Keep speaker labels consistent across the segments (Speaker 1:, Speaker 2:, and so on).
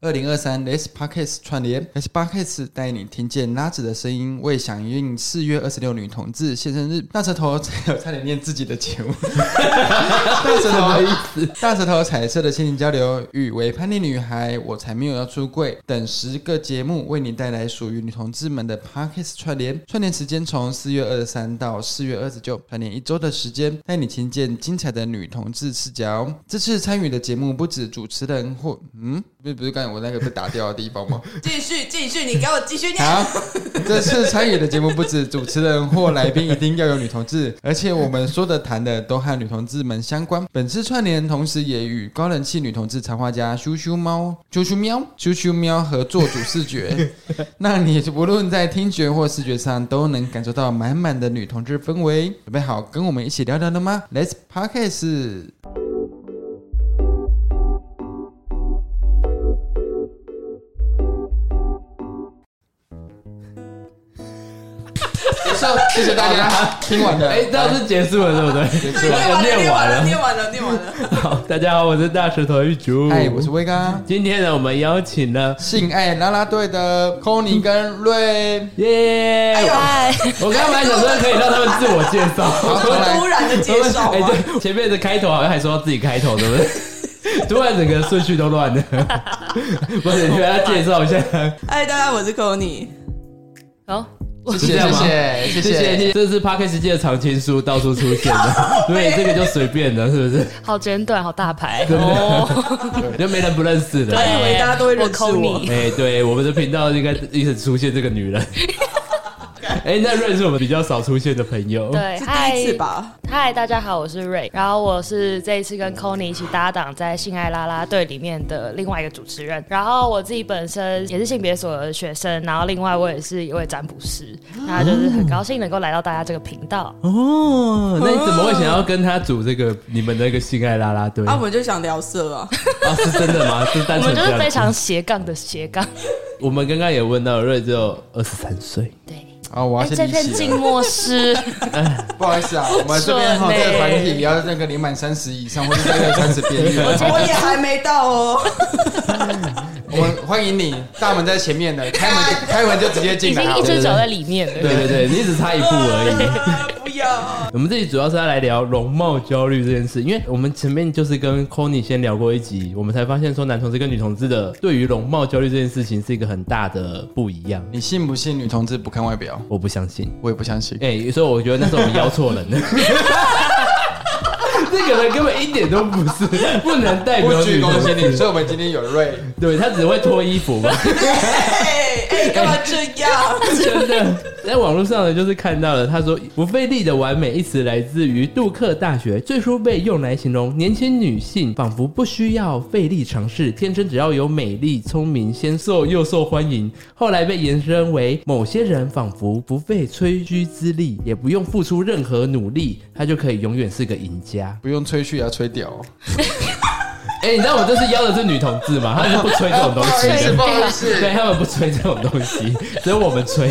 Speaker 1: 二零二三 Les Parkes 串联，Les Parkes 带你听见拉子的声音，为响应四月二十六女同志献身日。大舌头，差点念自己的节目。大舌头意思？大舌头彩色的心灵交流与为叛逆女孩，我才没有要出柜等十个节目，为你带来属于女同志们的 Parkes 串联。串联时间从四月二十三到四月二十九，串联一周的时间，带你听见精彩的女同志视角。这次参与的节目不止主持人或嗯，不是不是刚才我那个被打掉的地方吗？
Speaker 2: 继续继续，你给我继续念。
Speaker 1: 好， 这次参与的节目不止主持人或来宾一定要有女同志，而且我们说的谈的都和女同志们相关。本次串联同时也与高人气女同志插画家羞羞猫、羞羞喵、羞羞喵合作主视觉，让你无论在听觉或视觉上都能感受到满满的女同志氛围。准备好跟我们一起聊聊了吗？Let's podcast。结束，谢谢大家，听完了。
Speaker 3: 哎，这样是结束了，对不 对？
Speaker 2: 对，啊 念完了，念完了，念完了，念完了。哎
Speaker 3: 好，大家好，我是大石头玉竹。
Speaker 1: 嗨，哎我是威哥。
Speaker 3: 今天呢，我们邀请了
Speaker 1: 性爱啦啦队的 c o n y 跟瑞，
Speaker 3: 耶！
Speaker 2: 哎呦，
Speaker 3: 我刚刚本来想说可以让他们自我介 绍，
Speaker 1: 好
Speaker 2: 这么突然的介绍
Speaker 3: 哎，
Speaker 2: 吗？
Speaker 3: 对，前面的开头好像还说到自己开头，对不对？ 突然整个顺序都乱了， 不是，你给他介绍一下，
Speaker 2: 嗨，大家，我是 c o n y
Speaker 4: 好，
Speaker 1: 谢
Speaker 3: 是这
Speaker 1: 谢
Speaker 3: 样
Speaker 1: 谢
Speaker 3: 吗
Speaker 1: 谢谢
Speaker 3: 谢谢
Speaker 1: 谢。
Speaker 3: 谢，这是 p a r k e 界的常青树到处出现 的，所以这个就随便的，是不是？
Speaker 4: 好简短，好大牌哦。
Speaker 3: 就没人不认识的
Speaker 2: 哎我。还以为大家都会认识
Speaker 4: 我
Speaker 2: 我
Speaker 4: 扣你。
Speaker 3: 哎、对，我们的频道应该一直出现这个女 人。哎、那瑞是我们比较少出现的朋友。
Speaker 4: 对，
Speaker 2: 是
Speaker 4: 嗨
Speaker 2: 第一次吧？
Speaker 4: 嗨，大家好，我是瑞，然后我是这一次跟 c o n y 一起搭档在性爱啦啦队里面的另外一个主持人。然后我自己本身也是性别所的学生，然后另外我也是一位占卜师，那就是很高兴能够来到大家这个频道。
Speaker 3: 哦，那你怎么会想要跟他组这个你们的一个性爱啦啦队？
Speaker 2: 啊，我
Speaker 3: 啊，
Speaker 2: 们就想聊色啊。
Speaker 3: 是真的 吗？是单
Speaker 4: 我
Speaker 3: 纯
Speaker 4: 们就
Speaker 3: 这
Speaker 4: 是非
Speaker 3: 样子。
Speaker 4: 常斜杠的斜杠，
Speaker 3: 我们刚刚也问到，瑞只有二十三岁，
Speaker 4: 对。
Speaker 1: 啊，我
Speaker 4: 哎
Speaker 1: 要，
Speaker 4: 这
Speaker 1: 先
Speaker 4: 片
Speaker 1: 离席了
Speaker 4: 静，默诗，
Speaker 1: 不好意 思啊，我们这边哈
Speaker 4: 顺
Speaker 1: 这
Speaker 4: 欸
Speaker 1: 个团体要那个年满三十以上，或者大概三十边 缘。
Speaker 2: 我也还没到哦，
Speaker 1: 我们欢迎你，大门在前面的，开门开 门就直接
Speaker 4: 已
Speaker 1: 进来
Speaker 4: 经
Speaker 1: 好
Speaker 4: 一
Speaker 1: 了。
Speaker 4: 只脚在里面了。
Speaker 3: 对对对，你只差一步而已。
Speaker 2: 不要。
Speaker 3: 我们这里主要是要来聊容貌焦虑这件事，因为我们前面就是跟 c o n y 先聊过一集，我们才发现说男同志跟女同志的对于容貌焦虑这件事情是一个很大的不一样。
Speaker 1: 你信不信女同志不看外表？
Speaker 3: 我不相信。
Speaker 1: 我也不相信。
Speaker 3: 哎、所以我觉得那时候我们邀错人了。 这个人根本一点都不是，不能代
Speaker 1: 不
Speaker 3: 表
Speaker 1: 鞠
Speaker 3: 女
Speaker 1: 躬
Speaker 3: 同
Speaker 1: 心领，
Speaker 3: 性。
Speaker 1: 所以我们今天有瑞，
Speaker 3: 对他只会脱衣服吧？
Speaker 2: 哎哎，干嘛这样？
Speaker 3: 真的，在网络上呢，就是看到了，他说“不费力的完美”一词来自于杜克大学，最初被用来形容年轻女性仿佛不需要费力尝试，天生只要有美丽、聪明、纤瘦又受欢迎。后来被延伸为某些人仿佛不费吹嘘之力，也不用付出任何努力，他就可以永远是个赢家。
Speaker 1: 不用吹嘘也要吹屌哦。
Speaker 3: 哎、你知道我这次邀的是女同志嘛？她是不吹这种东西
Speaker 4: 哎
Speaker 3: 的，
Speaker 4: 不好
Speaker 2: 啊
Speaker 4: 意
Speaker 1: 思
Speaker 3: 对他们不吹这种东西， 只有我们吹。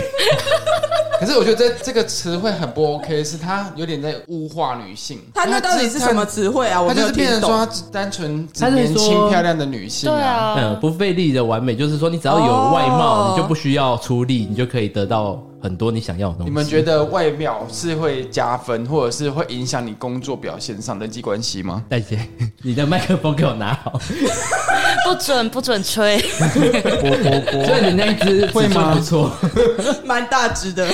Speaker 1: 可是我觉得这这个词汇很不 OK，是它有点在污化女性。
Speaker 2: 他那到底是什么词汇啊？我
Speaker 1: 它
Speaker 2: 没
Speaker 1: 就
Speaker 2: 有
Speaker 1: 是变
Speaker 2: 听
Speaker 1: 成说
Speaker 2: 懂。
Speaker 1: 她单纯只
Speaker 3: 她是
Speaker 1: 年轻
Speaker 3: 说
Speaker 1: 漂亮的女性、
Speaker 4: 对啊，
Speaker 3: 嗯，不费力的完美，就是说你只要有外貌，
Speaker 2: 哦
Speaker 3: 你就不需要出力，你就可以得到很多你想要的东西。
Speaker 1: 你们觉得外表是会加分，或者是会影响你工作表现上人际关系吗？
Speaker 3: 戴姐，你的麦克风给我拿好，
Speaker 4: 不准不准吹，
Speaker 1: 波波
Speaker 3: 所以你那一只
Speaker 1: 会吗
Speaker 3: 尺寸不错。
Speaker 2: 蛮大只的，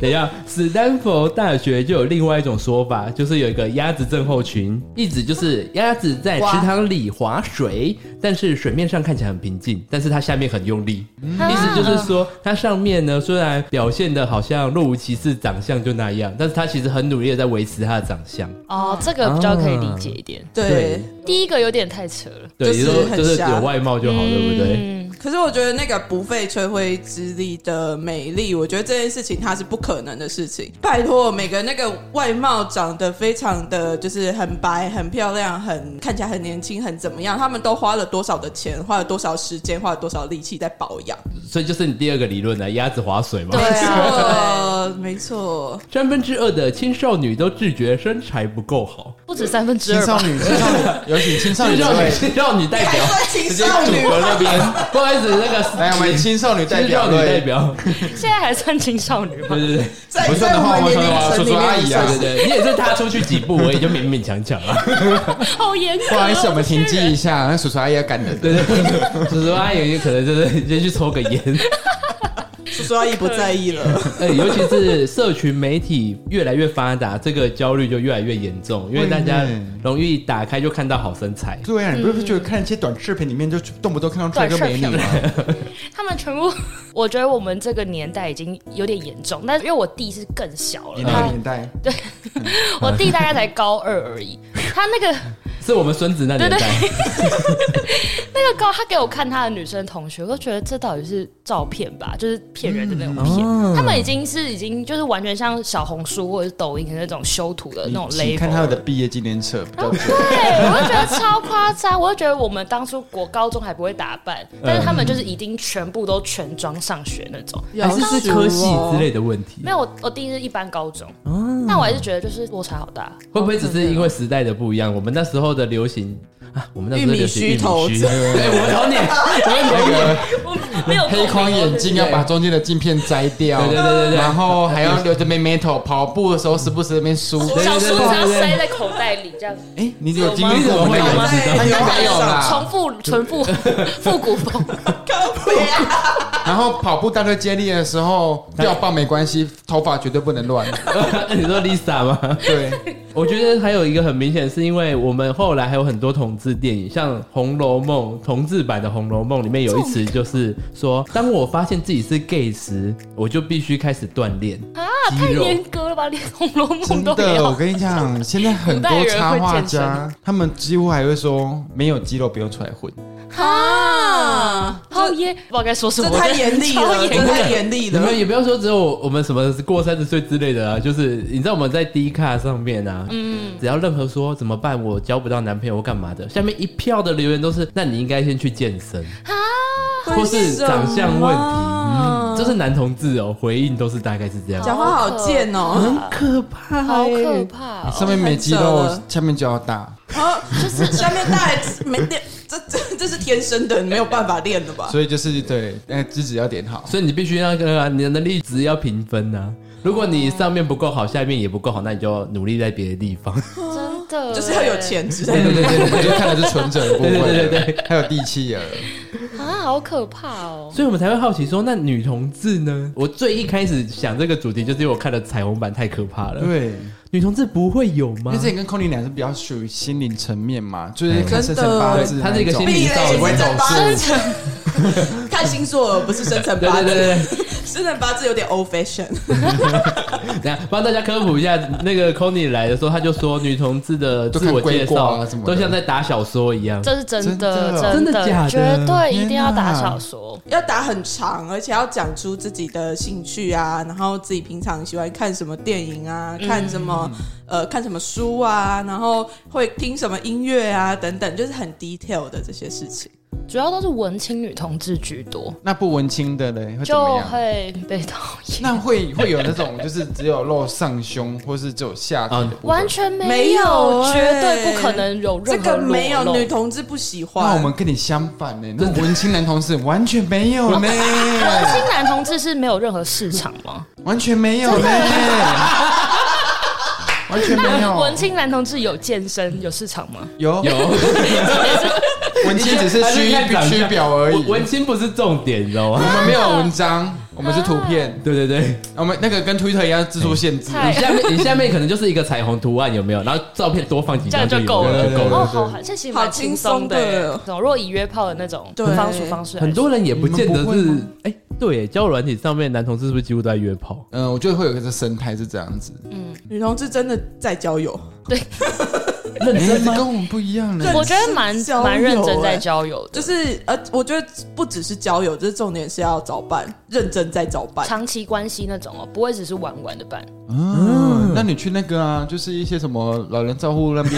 Speaker 3: 等一下，史丹佛大学就有另外一种说法，就是有一个鸭子症候群，意指就是鸭子在池塘里划水，但是水面上看起来很平静，但是它下面很用力。
Speaker 1: 嗯
Speaker 3: 意思就是说，它上面呢虽然表现的好像若无其事，长相就那样，但是它其实很努力的在维持它的长相。
Speaker 4: 哦，这个比较可以理解一点。
Speaker 2: 啊对。
Speaker 4: 第一个有点太扯了，
Speaker 3: 对，
Speaker 2: 就是
Speaker 3: 也就
Speaker 2: 很
Speaker 3: 就是
Speaker 2: 瞎
Speaker 3: 有外貌就好，对不对？
Speaker 4: 嗯，
Speaker 2: 可是我觉得那个不费吹灰之力的美丽，我觉得这件事情它是不可能的事情。拜托，每个那个外貌长得非常的就是很白、很漂亮、很看起来很年轻、很怎么样，他们都花了多少的钱，花了多少时间，花了多少力气在保养。
Speaker 3: 所以就是你第二个理论了，鸭子划水嘛
Speaker 4: 对。啊，
Speaker 2: 呃，没错，
Speaker 3: 三分之二的青少女都自觉身材不够好，
Speaker 4: 不止三分之
Speaker 1: 青
Speaker 4: 二
Speaker 1: 少
Speaker 4: 吧。
Speaker 1: 女，青少女，有请青少
Speaker 3: 就
Speaker 1: 女
Speaker 3: 让
Speaker 1: 代表，
Speaker 3: 你就让你代
Speaker 2: 还
Speaker 3: 表，
Speaker 2: 算青
Speaker 1: 直接
Speaker 2: 少
Speaker 1: 组
Speaker 2: 女
Speaker 1: 合
Speaker 2: 吗？
Speaker 1: 那边。
Speaker 3: 不好意思，那个
Speaker 1: 来，我们青少女哎代
Speaker 3: 就
Speaker 1: 表
Speaker 3: 让你代
Speaker 1: 对，
Speaker 3: 表，
Speaker 4: 现在还算青少女吗
Speaker 3: 对？对对
Speaker 2: 在
Speaker 1: 不算
Speaker 2: 在
Speaker 1: 的
Speaker 2: 我
Speaker 1: 话
Speaker 2: 们
Speaker 1: 我
Speaker 2: 年
Speaker 1: 说
Speaker 2: 龄
Speaker 1: 我说
Speaker 2: 层里
Speaker 1: 说阿
Speaker 2: 面
Speaker 1: 姨
Speaker 2: 算
Speaker 1: 啊
Speaker 2: 是
Speaker 3: 对 对，你也是踏出去几步，我也就勉勉强强啊。
Speaker 4: 好严格哦，
Speaker 1: 不好意思，我们
Speaker 4: 这
Speaker 1: 停
Speaker 4: 些人
Speaker 1: 机一下，那叔叔阿姨要赶人。
Speaker 3: 对对，叔叔阿姨可能就是先去抽个烟。
Speaker 2: 叔叔阿姨啊不在意了。
Speaker 3: 呃，尤其是社群媒体越来越发达，这个焦虑就越来越严重，因为大家
Speaker 1: 会耶
Speaker 3: 容易打开就看到好身材。
Speaker 1: 对啊，你不是觉得看一些短视频里面就动不动看到帅哥
Speaker 4: 短视
Speaker 1: 美
Speaker 4: 频
Speaker 1: 女吗？
Speaker 4: 他们全部， 我觉得我们这个年代已经有点严重，但因为我弟是更小
Speaker 1: 你
Speaker 4: 了，
Speaker 1: 那个
Speaker 4: 他
Speaker 1: 年代，
Speaker 4: 我弟大概才高二而已，他那个
Speaker 3: 是我们孙子那年代，
Speaker 4: 那个高，他给我看他的女生同学，我都觉得这到底是照片吧，就是骗人的那种
Speaker 3: 嗯
Speaker 4: 片。
Speaker 3: 哦
Speaker 4: 他们已经是已经就是完全像小红书或者是抖音的那种修图的那种
Speaker 1: 你
Speaker 4: level
Speaker 1: 请
Speaker 4: 了。
Speaker 1: 看他们的毕业纪念册，比 较
Speaker 4: 对，我就觉得超夸张，我就觉得我们当初国高中还不会打扮，
Speaker 1: 嗯
Speaker 4: 但是他们就是一定全部都全装上学那种。
Speaker 2: 啊
Speaker 3: 还是是科系之类
Speaker 2: 的。
Speaker 3: 的问题
Speaker 4: 哦没？有，我我弟是一般高中，
Speaker 1: 哦
Speaker 4: 但我还是觉得就是落差好 大。
Speaker 3: 会不会只是因为时代的不一样？我们那时候的流行啊，我们那时候的流行
Speaker 2: 玉米须头
Speaker 3: 玉 米须对，我们童年， 我们童年，
Speaker 4: 我没有
Speaker 1: 黑框眼镜啊要把中间的镜片摘掉，
Speaker 3: 对对对对对
Speaker 1: 然后还要留着妹妹头，跑步的时候时不时在那边梳。
Speaker 3: 对
Speaker 4: 小梳子要塞在口袋里这样。
Speaker 1: 哎，你有经历过我们那
Speaker 3: 你怎
Speaker 1: 个
Speaker 3: 么会有
Speaker 1: 吗？
Speaker 2: 知道
Speaker 1: 还有
Speaker 4: 重
Speaker 1: 啦，
Speaker 4: 复 纯复复古风，
Speaker 2: 靠北啊
Speaker 1: 然后跑步大队接力的时候掉棒没关系，头发绝对不能 乱。
Speaker 3: 你说 Lisa 吗？
Speaker 1: 对，
Speaker 3: 我觉得还有一个很明显，是因为我们后来还有很多同志电影，像《红楼梦》同志版的《红楼梦》里面有一词就是说，当我发现自己是 gay 时，我就必须开始锻炼
Speaker 4: 啊，太
Speaker 3: 肌肉。
Speaker 4: 严格了吧，连《红楼梦
Speaker 1: 真》
Speaker 4: 都
Speaker 1: 的，我
Speaker 4: 要。
Speaker 1: 跟你讲，现在很多插画家，他们几乎还会说没有肌肉不用出来混。
Speaker 2: 啊！
Speaker 4: 好耶，不知道该说什
Speaker 2: 这
Speaker 4: 么，
Speaker 2: 太严厉
Speaker 4: 超
Speaker 2: 了，
Speaker 4: 严
Speaker 2: 这太严厉
Speaker 3: 你
Speaker 2: 了
Speaker 3: 们。也不要说只有我们什么过三十岁之类的啊，就是你知道我们在 D 卡上面啊，只要任何说怎么办，我交不到男朋友干嘛的，下面一票的留言都是，那你应该先去健身，或是长相问题，嗯这是男同志哦，回应都是大概是这样。
Speaker 2: 讲话好贱哦！
Speaker 3: 可怕、
Speaker 4: 好可怕哦！
Speaker 1: 上面没肌
Speaker 2: 太扯
Speaker 1: 肉
Speaker 2: 了，
Speaker 1: 下面就要大，
Speaker 2: 啊， 就是下面大家没练， 这这这是天生的，你没有办法练的吧？
Speaker 1: 所以就是对，那资质要点好。
Speaker 3: 所以你必须要跟啊，你的能力值要平分呐、如果你上面不够好，下面也不够好，那你就要努力在别的地方。
Speaker 4: 真的
Speaker 2: 就是要有钱之类
Speaker 1: 对
Speaker 2: 的。
Speaker 1: 对对，我觉得看的是存者的部分，
Speaker 3: 对对对
Speaker 1: 还有地气儿。
Speaker 4: 啊，好可怕哦！
Speaker 3: 所以我们才会好奇说，那女同志呢？我最一开始想这个主题，就是因为我看了彩虹版太可怕了。
Speaker 1: 对，
Speaker 3: 女同志不会有
Speaker 1: 因
Speaker 3: 吗
Speaker 1: 为之？前跟空灵俩是比较属于心灵层面嘛，就是看生辰八字
Speaker 3: 真的
Speaker 1: 那一种，
Speaker 3: 它是一个心理
Speaker 2: 避雷
Speaker 3: 道理
Speaker 2: 是正八
Speaker 1: 生
Speaker 2: 字， 看星座不是生辰
Speaker 3: 对
Speaker 2: 八
Speaker 3: 对对
Speaker 2: 字，
Speaker 3: 对
Speaker 2: 生辰八字有点 old fashion。
Speaker 3: 对，等一下帮大家科普一下，那个 c o n y 来的时候，他就说女同志的自我介
Speaker 1: 就看龟
Speaker 3: 绍、
Speaker 1: 卦啊什么的
Speaker 3: 都像在打小说一样。
Speaker 4: 这是真的，
Speaker 1: 真
Speaker 3: 的真的假的
Speaker 4: 绝对一定要打小说。
Speaker 2: 要打很长，而且要讲出自己的兴趣啊，然后自己平常喜欢看什么电影啊，
Speaker 3: 嗯
Speaker 2: 看什么、呃看什么书啊，然后会听什么音乐啊等等，就是很 detail 的这些事情。
Speaker 4: 主要都是文青女同志居多，
Speaker 1: 那不文青的嘞会怎么
Speaker 4: 就
Speaker 1: 样？
Speaker 4: 会被讨厌。
Speaker 1: 那会会有那种就是只有露上胸，或是只有下体的部分
Speaker 4: 完全
Speaker 2: 没有欸
Speaker 4: 绝对不可能有
Speaker 2: 这
Speaker 4: 任何
Speaker 2: 个没有
Speaker 4: 裸露
Speaker 2: 女同志不喜欢。
Speaker 1: 那我们跟你相反呢、那文青男同事完全没有 呢、
Speaker 4: 文青男同志是没有任何市场吗？
Speaker 1: 完全没有呢、 完全没
Speaker 4: 那文
Speaker 1: 有。
Speaker 4: 青男同志有健身有市场吗？
Speaker 1: 有
Speaker 3: 有，
Speaker 1: 文青 只是虚
Speaker 3: 还看
Speaker 1: 虚表而已
Speaker 3: 文，文青不是重点，你知道
Speaker 1: 我
Speaker 3: 吗？
Speaker 1: 们没有文章，我们是图片，
Speaker 3: 对对对，
Speaker 1: 我们那个跟 Twitter 一样字数限制。
Speaker 4: 啊太
Speaker 3: 你下面你下面可能就是一个彩虹图案，有没有？然后照片多放几张
Speaker 4: 这样就
Speaker 3: 有
Speaker 4: 够
Speaker 1: 了
Speaker 3: 了，就够
Speaker 1: 对
Speaker 4: 哦，
Speaker 3: 了。
Speaker 4: 好，这其实蛮轻松的耶
Speaker 2: 好轻松的。
Speaker 4: 这种如果以约炮的那种
Speaker 2: 对
Speaker 4: 方式方式来说，
Speaker 3: 很多人也不见得
Speaker 1: 你们不会
Speaker 3: 是
Speaker 1: 吗，
Speaker 3: 哎、对，交友软体上面男同志是不是几乎都在约 炮？
Speaker 1: 嗯、我觉得会有一个生态是这样子，
Speaker 2: 女同志真的在交友，
Speaker 3: 认
Speaker 1: 哎、
Speaker 3: 真
Speaker 1: 这
Speaker 3: 吗？
Speaker 1: 跟我们不一样呢。
Speaker 4: 我觉得蛮
Speaker 2: 是交友
Speaker 4: 蛮认真在交友的，
Speaker 2: 就是呃，我觉得不只是交友，就是重点是要找伴，认真在找伴。
Speaker 4: 长期关系那种哦，不会只是玩玩的伴。
Speaker 1: 嗯，那你去那个啊，就是一些什么老人照护那 边，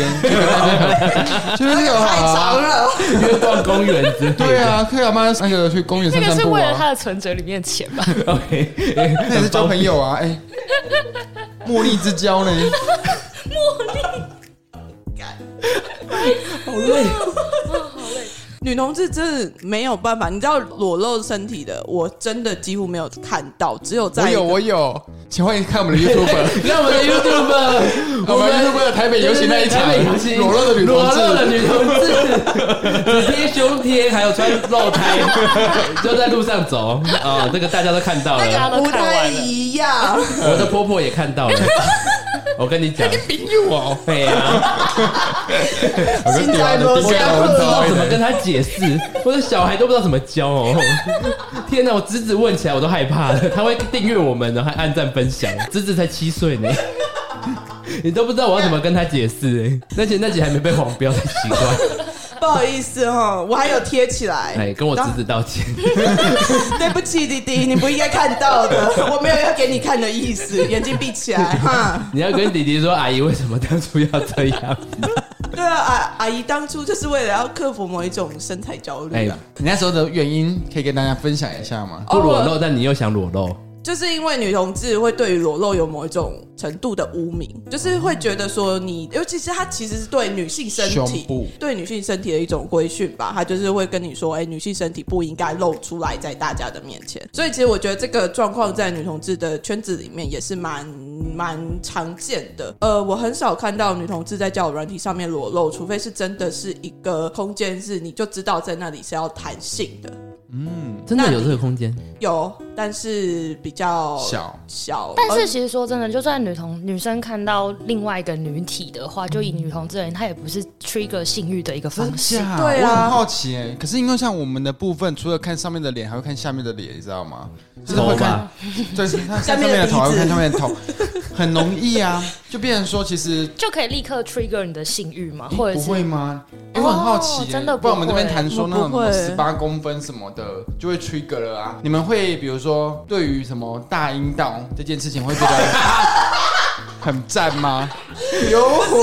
Speaker 1: 就是那个
Speaker 2: 太长
Speaker 1: 啊，
Speaker 2: 了，
Speaker 3: 约逛公园之类的。
Speaker 1: 对啊，可以啊，妈那个去公园
Speaker 4: 那
Speaker 1: 散
Speaker 4: 个
Speaker 1: 散
Speaker 4: 是
Speaker 1: 步
Speaker 4: 为了
Speaker 1: 啊，
Speaker 4: 他的存折里面的钱吧？
Speaker 3: ，OK，
Speaker 1: 那也是 交朋友啊，哎、茉莉之交呢？
Speaker 3: 好 累。
Speaker 2: 女同志真的没有办法，你知道裸露身体的，我真的几乎没有看到，只有在
Speaker 1: 我有我有，请欢迎看我们的 YouTube，
Speaker 3: 你看我们 的 YouTube，
Speaker 1: 我们 YouTube 的台北游行那一场
Speaker 3: 台北游行，
Speaker 1: 裸露的女同
Speaker 3: 裸露的
Speaker 1: 志，
Speaker 3: 女同志，只贴胸贴，还有穿露胎， 就在路上走啊、哦，这个大家都看到
Speaker 4: 大
Speaker 1: 啊
Speaker 4: 家
Speaker 3: 了，
Speaker 4: 都
Speaker 2: 不
Speaker 4: 看
Speaker 2: 太
Speaker 4: 完了。
Speaker 2: 一 样。
Speaker 3: 我的婆婆也看到了。我跟你讲，
Speaker 1: 冰佑哦，
Speaker 3: 对啊，
Speaker 1: 我跟
Speaker 2: 现
Speaker 1: 地
Speaker 2: 在
Speaker 1: 方
Speaker 2: 都
Speaker 1: 的冰
Speaker 2: 这样
Speaker 1: 佑
Speaker 3: 不知道
Speaker 1: 很
Speaker 3: 怎么
Speaker 1: 糟
Speaker 3: 跟她解释，我的小孩都不知道怎么教哦。 天哪，我侄子问起来我都害怕了，他会订阅我们，然后还按赞分享。侄子才七岁呢。你都不知道我要怎么跟他解释、欸，那且那集还没被黄标，太奇怪。
Speaker 2: 不好意思哈，我还有贴起来。
Speaker 3: 哎，跟我侄子道 歉。
Speaker 2: 对不起，弟弟，你不应该看到的，我没有要给你看的意思，眼睛闭起来哈。
Speaker 3: 你要跟弟弟说，阿姨为什么当初要这样？
Speaker 2: 对啊，阿阿姨当初就是为了要克服某一种身材焦虑啊
Speaker 3: 哎
Speaker 2: 啦，，
Speaker 1: 你那时候的原因可以跟大家分享一下吗？
Speaker 3: 不裸露，但你又想裸露，
Speaker 2: 就是因为女同志会对于裸露有某一种程度的污名，就是会觉得说你，尤其是她其实是对女性身
Speaker 1: 胸
Speaker 2: 体
Speaker 1: 部，
Speaker 2: 对女性身体的一种规训吧，她就是会跟你说，哎、女性身体不应该露出来在大家的面前。所以其实我觉得这个状况在女同志的圈子里面也是蛮蛮常见的。呃，我很少看到女同志在交友软体上面裸露，除非是真的是一个空间是你就知道在那里是要谈性的。
Speaker 3: 真的有这个空间？
Speaker 2: 有，但是比较
Speaker 3: 哦
Speaker 1: 小
Speaker 2: 小，
Speaker 4: 但
Speaker 2: 呃
Speaker 4: 是其实说真的，就算女同女生看到另外一个女体的话，就以女同志而言，她也不是 trigger 性欲的一个
Speaker 1: 真
Speaker 4: 方式。
Speaker 1: 假？
Speaker 2: 对
Speaker 1: 我
Speaker 2: 啊
Speaker 1: 很好奇哎。可是因为像我们的部分，除了看上面的脸，还会看下面的脸，你知道吗？就是会
Speaker 3: 头
Speaker 1: 看
Speaker 3: 发，
Speaker 1: 对，看
Speaker 2: 下
Speaker 1: 上
Speaker 2: 面
Speaker 1: 面的
Speaker 2: 的鼻
Speaker 1: 头，还会
Speaker 2: 子
Speaker 1: 看下面的头，很容易啊。就变成说，其实
Speaker 4: 就可以立刻 trigger 你的性欲吗？
Speaker 1: 诶
Speaker 4: 或者
Speaker 1: 不
Speaker 4: 是
Speaker 1: 会吗？因为我很好奇耶，
Speaker 4: 真的不
Speaker 1: 不然我们这边
Speaker 4: 会
Speaker 1: 谈说那
Speaker 2: 我不会
Speaker 1: 种十八公分什么的，就会 trigger 了啊。你们会比如说对于什么大阴道这件事情，会觉得很赞吗？有火，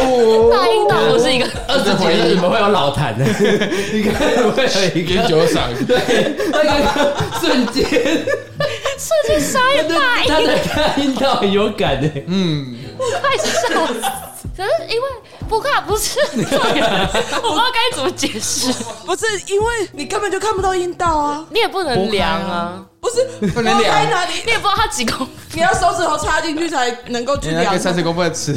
Speaker 4: 大阴道不是一个
Speaker 3: 二十几年你们会有老痰 的，你看会有 一
Speaker 1: 跟
Speaker 3: 个
Speaker 1: 哎酒嗓，
Speaker 3: 对那个瞬间，
Speaker 4: 设计杀
Speaker 3: 他
Speaker 4: 人
Speaker 3: 对
Speaker 4: 大
Speaker 3: 他
Speaker 4: 阴
Speaker 3: 对他阴道很有感欸的，
Speaker 1: 嗯，
Speaker 4: 快笑死！可是因为不卡不是重点，我不知道该怎么解释，
Speaker 2: 不是因为你根本就看不到阴道啊，
Speaker 4: 你也不能量啊，
Speaker 2: 不是
Speaker 1: 不能量
Speaker 2: 我要开哪里？
Speaker 4: 你也不知道它几公
Speaker 2: 你要手指头插进去才能够去
Speaker 1: 人家
Speaker 2: 量
Speaker 1: 跟。哎三十公分的尺，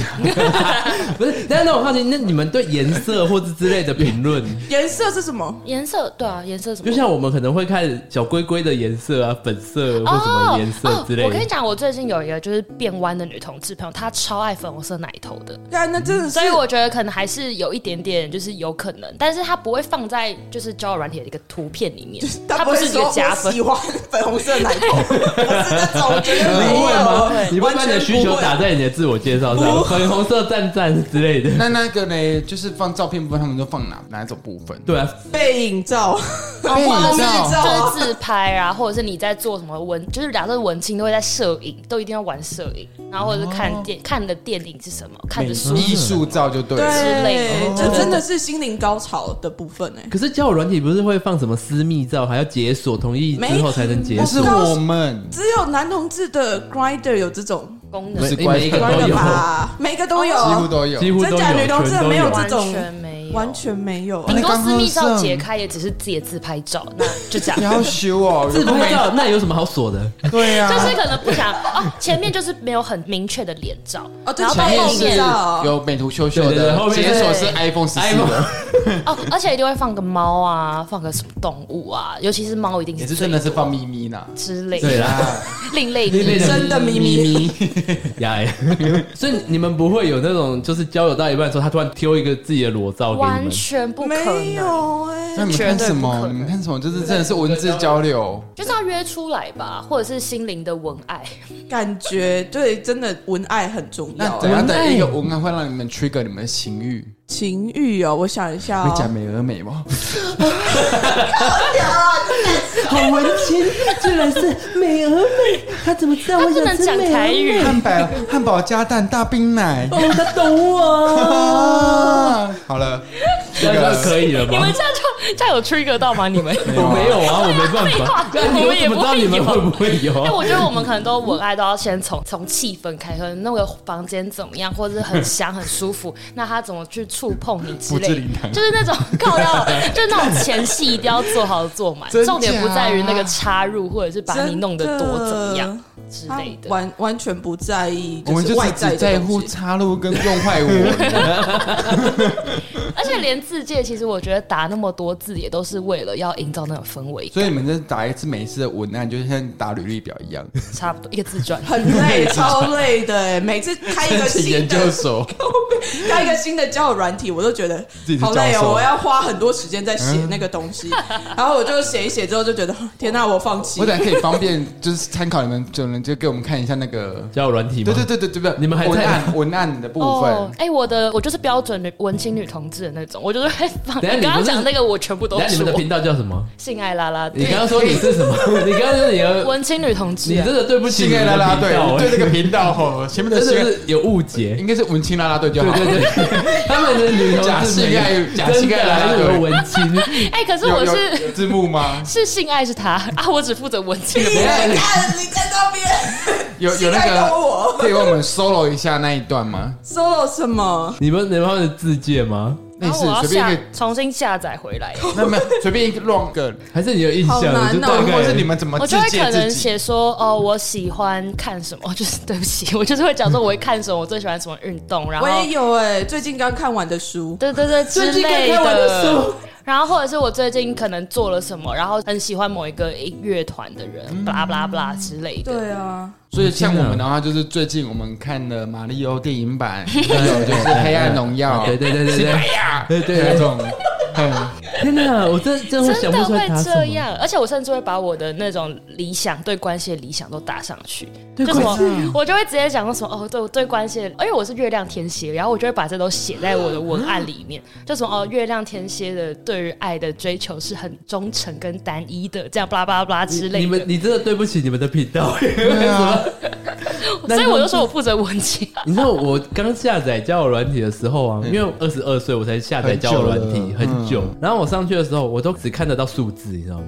Speaker 3: 不是？但是那我好奇，那你们对颜色或者之类的评论，
Speaker 2: 颜色是什么？
Speaker 4: 颜色，对啊，颜色什么
Speaker 3: 就？像我们可能会看小龟龟的颜色啊，粉色或什么颜色之类
Speaker 4: 哦我跟你
Speaker 3: 的。
Speaker 4: 讲，我最近有一个就是变弯的女同志朋友，她超爱粉红色奶头的，
Speaker 2: 对啊，那真的是，
Speaker 4: 所以我觉得可能还是有一点点，就是有可能，但是她不会放在就是交友软体的一个图片里面，
Speaker 2: 他
Speaker 4: 她
Speaker 2: 不
Speaker 4: 不是
Speaker 2: 是
Speaker 4: 一
Speaker 2: 说
Speaker 4: 个加
Speaker 2: 我
Speaker 4: 分
Speaker 2: 喜。欢粉红色奶 头，不是那种，绝对
Speaker 3: 你
Speaker 2: 没
Speaker 3: 会吗
Speaker 2: 有。？
Speaker 3: 你会把你的需求打在你的自我介绍上，
Speaker 2: 不
Speaker 3: 粉红色赞赞之类的。
Speaker 1: 那那个呢，就是放照片部分，他们都放哪哪一种部分？
Speaker 3: 对啊，
Speaker 2: 背影 照，
Speaker 1: 背影
Speaker 2: 画面
Speaker 1: 照
Speaker 2: 照啊
Speaker 4: 就是自拍啊，或者是你在做什么文，就是假设文青都会在摄影，都一定要玩摄影，然后或者是看
Speaker 3: 哦
Speaker 4: 电、看的电影是什么，看的书
Speaker 1: 艺术照就对了。
Speaker 4: 类
Speaker 2: 对
Speaker 3: 哦
Speaker 4: 的，
Speaker 2: 这真的是心灵高潮的部分哎。
Speaker 3: 可是交友软体不是会放什么私密照，还要解锁，同意之后才能解
Speaker 1: 不
Speaker 3: 锁
Speaker 1: 是。我们，
Speaker 2: 只有男同志的 grinder 有这种
Speaker 4: 功
Speaker 3: 每
Speaker 4: 能
Speaker 1: 是
Speaker 3: 每一个都
Speaker 2: grinder
Speaker 3: 有，
Speaker 2: 吧？每个都有，
Speaker 1: 几乎都有。
Speaker 3: 几乎都有，
Speaker 2: 真假女同志
Speaker 3: 全都
Speaker 2: 没有
Speaker 3: 有
Speaker 2: 这种
Speaker 4: 完全没有，
Speaker 2: 完。全没有。
Speaker 3: 哦
Speaker 4: 顶多私密
Speaker 1: 那刚
Speaker 4: 照
Speaker 1: 好
Speaker 4: 解开，也只是自己的自拍照，那 就这样。
Speaker 1: 要修哦，
Speaker 3: 自拍照，那有什么好锁的？
Speaker 1: 对啊呀、
Speaker 4: 就是可能不想哦，前面就是没有很明确的脸照，
Speaker 2: 哦对
Speaker 4: 然后到
Speaker 1: 前
Speaker 4: 后
Speaker 1: 面
Speaker 2: 前面
Speaker 1: 是
Speaker 4: 面
Speaker 2: 知道
Speaker 1: 有美图秀秀
Speaker 3: 对对对后
Speaker 1: 的，
Speaker 3: 面是
Speaker 1: 解锁是 iPhone 十四
Speaker 3: iPhone
Speaker 1: 的，
Speaker 4: 哦，而且一定会放个猫啊，放个什么动物啊，尤其是猫，一定
Speaker 1: 也
Speaker 4: 是
Speaker 1: 是
Speaker 4: 最
Speaker 1: 真的是放咪咪啦。
Speaker 4: 之类
Speaker 3: 对
Speaker 4: 的
Speaker 3: 啦，
Speaker 4: 另类
Speaker 3: 另类
Speaker 4: 的。
Speaker 3: 的
Speaker 2: 真的咪咪
Speaker 1: 咪咪，
Speaker 3: 呀，所以你们不会有那种就是交友到一半的时候，他突然丢一个自己的裸照给你
Speaker 4: 完
Speaker 3: 们。
Speaker 4: 全不可
Speaker 2: 没
Speaker 4: 能，
Speaker 2: 有哎、
Speaker 1: 那你们
Speaker 4: 绝
Speaker 1: 看
Speaker 4: 对
Speaker 1: 什
Speaker 4: 不可
Speaker 1: 么？
Speaker 4: 能
Speaker 1: 你们看什么？就是真的是文字交流，
Speaker 4: 就是要约出来吧，或者是心灵的文爱。
Speaker 2: 感觉对，真的文爱很重
Speaker 1: 那
Speaker 2: 要、
Speaker 1: 怎
Speaker 2: 欸。
Speaker 1: 样
Speaker 3: 哎
Speaker 1: 的一个文案会让你们 trigger 你们的情欲？
Speaker 2: 情欲哦，我想一下、
Speaker 1: 会讲
Speaker 2: 哦，
Speaker 1: 美而美吗？
Speaker 3: 好文青，居然是美而美，他怎么知道
Speaker 4: 他不能讲台？语，
Speaker 1: 汉堡汉堡加蛋大冰奶。
Speaker 3: 哦，他懂我。
Speaker 1: 啊好了，这
Speaker 3: 这样
Speaker 1: 个
Speaker 3: 就可以了
Speaker 4: 你
Speaker 3: 吗
Speaker 4: 们？这样就这样有 trigger 到吗？你们？
Speaker 3: 我没有啊，我没办
Speaker 4: 废
Speaker 3: 法
Speaker 4: 话。
Speaker 3: 那你们
Speaker 4: 我们也
Speaker 3: 怎么知道
Speaker 4: 不会
Speaker 3: 你们
Speaker 4: 有
Speaker 3: 会不会 有啊
Speaker 4: 因为？我觉得我们可能都文爱都要先从从气氛开始，可能那个房间怎么样，或者是很香很舒服，那他怎么去触碰你之类
Speaker 1: 不知灵堂
Speaker 4: 的，就是 那种靠要，就是那种前戏一定要做好做满
Speaker 1: 真，假
Speaker 4: 重点不在于那个插入或者是把你弄得多怎么样之
Speaker 2: 他
Speaker 4: 类的。
Speaker 2: 完完全不在意，
Speaker 1: 我们
Speaker 2: 是
Speaker 1: 就
Speaker 2: 外
Speaker 1: 是
Speaker 2: 在
Speaker 1: 只
Speaker 2: 的
Speaker 1: 在乎
Speaker 2: 东西
Speaker 1: 插入跟用坏我，
Speaker 4: 而且连字界，其实我觉得打那么多字也都是为了要营造那种氛围，
Speaker 1: 所以你们这打一次每一次的文案，就像打履历表一 样。
Speaker 4: 差不多一个字转。
Speaker 2: 很累，超累的哎！每次 开一
Speaker 1: 申
Speaker 2: 个
Speaker 1: 请
Speaker 2: 新
Speaker 1: 研究
Speaker 2: 的
Speaker 1: 所，
Speaker 2: 开一个新的交友软体，我都觉得
Speaker 1: 自己是
Speaker 2: 好累
Speaker 1: 教
Speaker 2: 哦，
Speaker 1: 授
Speaker 2: 我要花很多时间在写
Speaker 1: 嗯
Speaker 2: 那个东西，然后我就写一写之后就觉得天哪，我放弃
Speaker 1: 我。等下可以方便就是参考你们，就能就给我们看一下那个。
Speaker 3: 交友软体吗？
Speaker 1: 对对对对对，不是
Speaker 3: 你们还在
Speaker 1: 文 案文案的部
Speaker 4: 哦
Speaker 1: 分，，
Speaker 4: 哎、我的我就是标准的文青女同志的那种，我就是会放。
Speaker 3: 等一下
Speaker 4: 你
Speaker 3: 你
Speaker 4: 刚
Speaker 3: 不是
Speaker 4: 刚讲那个，我全部都
Speaker 3: 等一下你
Speaker 4: 是
Speaker 3: 们的
Speaker 4: 我
Speaker 3: 频道叫什么？
Speaker 4: 性爱拉拉
Speaker 3: 你
Speaker 4: 队，
Speaker 3: 刚刚说你是 什么？你刚刚说你的，
Speaker 4: 文青女同志、
Speaker 3: 你
Speaker 4: 啊
Speaker 3: 真。的对不起
Speaker 1: 性爱拉欸拉队
Speaker 3: 我，
Speaker 1: 对这个频道吼，前面的
Speaker 3: 真
Speaker 1: 性
Speaker 3: 的
Speaker 1: 爱
Speaker 3: 是有误解。
Speaker 1: 应该是文青拉拉队就
Speaker 3: 对
Speaker 1: 好。
Speaker 3: 对对，他们的女同志
Speaker 1: 假性爱
Speaker 3: 没有
Speaker 1: 假性爱
Speaker 3: 真的
Speaker 1: 来
Speaker 3: 还
Speaker 1: 了
Speaker 3: 是有文青，
Speaker 4: 哎、可是
Speaker 1: 有
Speaker 4: 我
Speaker 1: 有
Speaker 4: 是
Speaker 1: 有字幕吗？
Speaker 4: 是性爱是他 啊，我只负责文青。
Speaker 2: 你看你在那边
Speaker 1: 有有那
Speaker 2: 性爱搞
Speaker 1: 个
Speaker 2: 我
Speaker 1: 可以为我们 solo 一下那一段吗？
Speaker 2: solo 什么？
Speaker 3: 你们你们的自介吗？
Speaker 1: 那
Speaker 4: 然
Speaker 1: 你
Speaker 4: 后我要
Speaker 1: 是随便
Speaker 4: 下
Speaker 1: 一个，
Speaker 4: 重新下载回 来，
Speaker 1: 那没有随便一个 wrong 个，
Speaker 3: 还是你有印象
Speaker 2: 好难
Speaker 3: 的？
Speaker 2: 哦
Speaker 3: 就大
Speaker 1: 或
Speaker 3: 概
Speaker 1: 是你们怎么
Speaker 4: 我
Speaker 1: 自
Speaker 4: 就会
Speaker 1: 荐
Speaker 4: 可
Speaker 1: 自
Speaker 4: 能
Speaker 1: 己？
Speaker 4: 写说哦，我喜欢看什么， 就是对不起，我就是会讲说我会看什么，我最喜欢什么运动，然后
Speaker 2: 我也有哎，最近刚看完的书，
Speaker 4: 对对对之
Speaker 3: 最近
Speaker 4: 类
Speaker 3: 看完的书，
Speaker 4: 然后或者是我最近可能做了什么，然后很喜欢某一个乐团的人，
Speaker 1: 嗯
Speaker 4: 巴拉巴拉巴拉之类的。
Speaker 2: 对啊，
Speaker 1: 所以像我
Speaker 3: 天
Speaker 1: 们
Speaker 3: 哪
Speaker 1: 的话，就是最近我们看了《马里奥》电影 版，还有就是《黑暗荣耀》，
Speaker 3: 对对对对
Speaker 1: 西
Speaker 3: 对
Speaker 1: 班牙，
Speaker 3: 对对对
Speaker 1: 那 种，嗯
Speaker 3: 天哪，我真真的会
Speaker 4: 真
Speaker 3: 想不
Speaker 4: 的
Speaker 3: 出
Speaker 4: 会
Speaker 3: 来他什
Speaker 4: 这
Speaker 3: 么。
Speaker 4: 样，而且我甚至会把我的那种理想对关系的理想都打上去，
Speaker 3: 对
Speaker 4: 就什
Speaker 3: 关系啊
Speaker 4: 么我就会直接讲说什么哦，对我对关系的，因为我是月亮天蝎，然后我就会把这都写在
Speaker 3: 啊
Speaker 4: 我的文案里面，就什么哦，月亮天蝎的对于爱的追求是很忠诚跟单一的，这样巴拉巴拉巴拉之类
Speaker 3: 你们
Speaker 4: 的，
Speaker 3: 你真的对不起你们的频道，
Speaker 1: 对啊，
Speaker 4: 所以我就说我负责文啊青，
Speaker 3: 你知道我刚下载交友软体的时候啊，因为我二十二岁我才下载交友软体
Speaker 1: 很久了
Speaker 3: 很久，嗯然后我上去的时候，我都只看得到数字，你知道吗？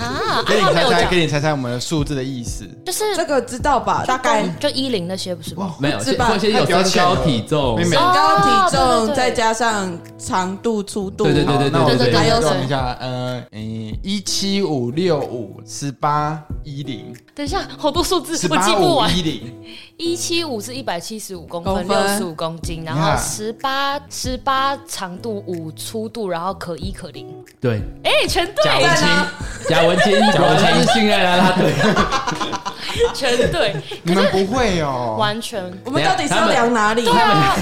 Speaker 4: 啊，
Speaker 1: 给你
Speaker 4: 他没
Speaker 1: 猜
Speaker 4: 有
Speaker 1: 猜，
Speaker 4: 讲
Speaker 1: 给，你猜猜我们的数字的意思。
Speaker 4: 就是
Speaker 2: 这个知道吧？大概身
Speaker 4: 就一零那些不是吗？
Speaker 3: 没有，
Speaker 2: 是吧
Speaker 3: 或先有身高体重
Speaker 1: 没，没
Speaker 4: 哦
Speaker 2: 高体
Speaker 4: 对对对
Speaker 2: 重再加上长度、粗度，
Speaker 3: 对对对
Speaker 1: 好
Speaker 3: 对
Speaker 1: 那我
Speaker 3: 对
Speaker 1: 再
Speaker 3: 对
Speaker 4: 还有
Speaker 1: 算
Speaker 4: 谁
Speaker 1: 一下，呃，嗯，一七五六五十八一零，
Speaker 4: 等一下，好多数字
Speaker 1: 十
Speaker 4: 我记
Speaker 1: 八
Speaker 4: 不
Speaker 1: 五
Speaker 4: 完。
Speaker 1: 一零，
Speaker 4: 一七五是一百七十五公
Speaker 2: 公
Speaker 4: 分，六
Speaker 2: 分
Speaker 4: 十五公斤，然
Speaker 1: 呀
Speaker 4: 后十八十八长度五粗度，然后可一可零。
Speaker 3: 对，
Speaker 4: 哎、全
Speaker 3: 贾
Speaker 4: 对啊
Speaker 3: 文，清，贾文 清，贾文清是啊性爱啦啦队，
Speaker 4: 全对，
Speaker 1: 你们不会哦？
Speaker 4: 完全。
Speaker 2: 我们到底是要量哪里？
Speaker 4: 对啊，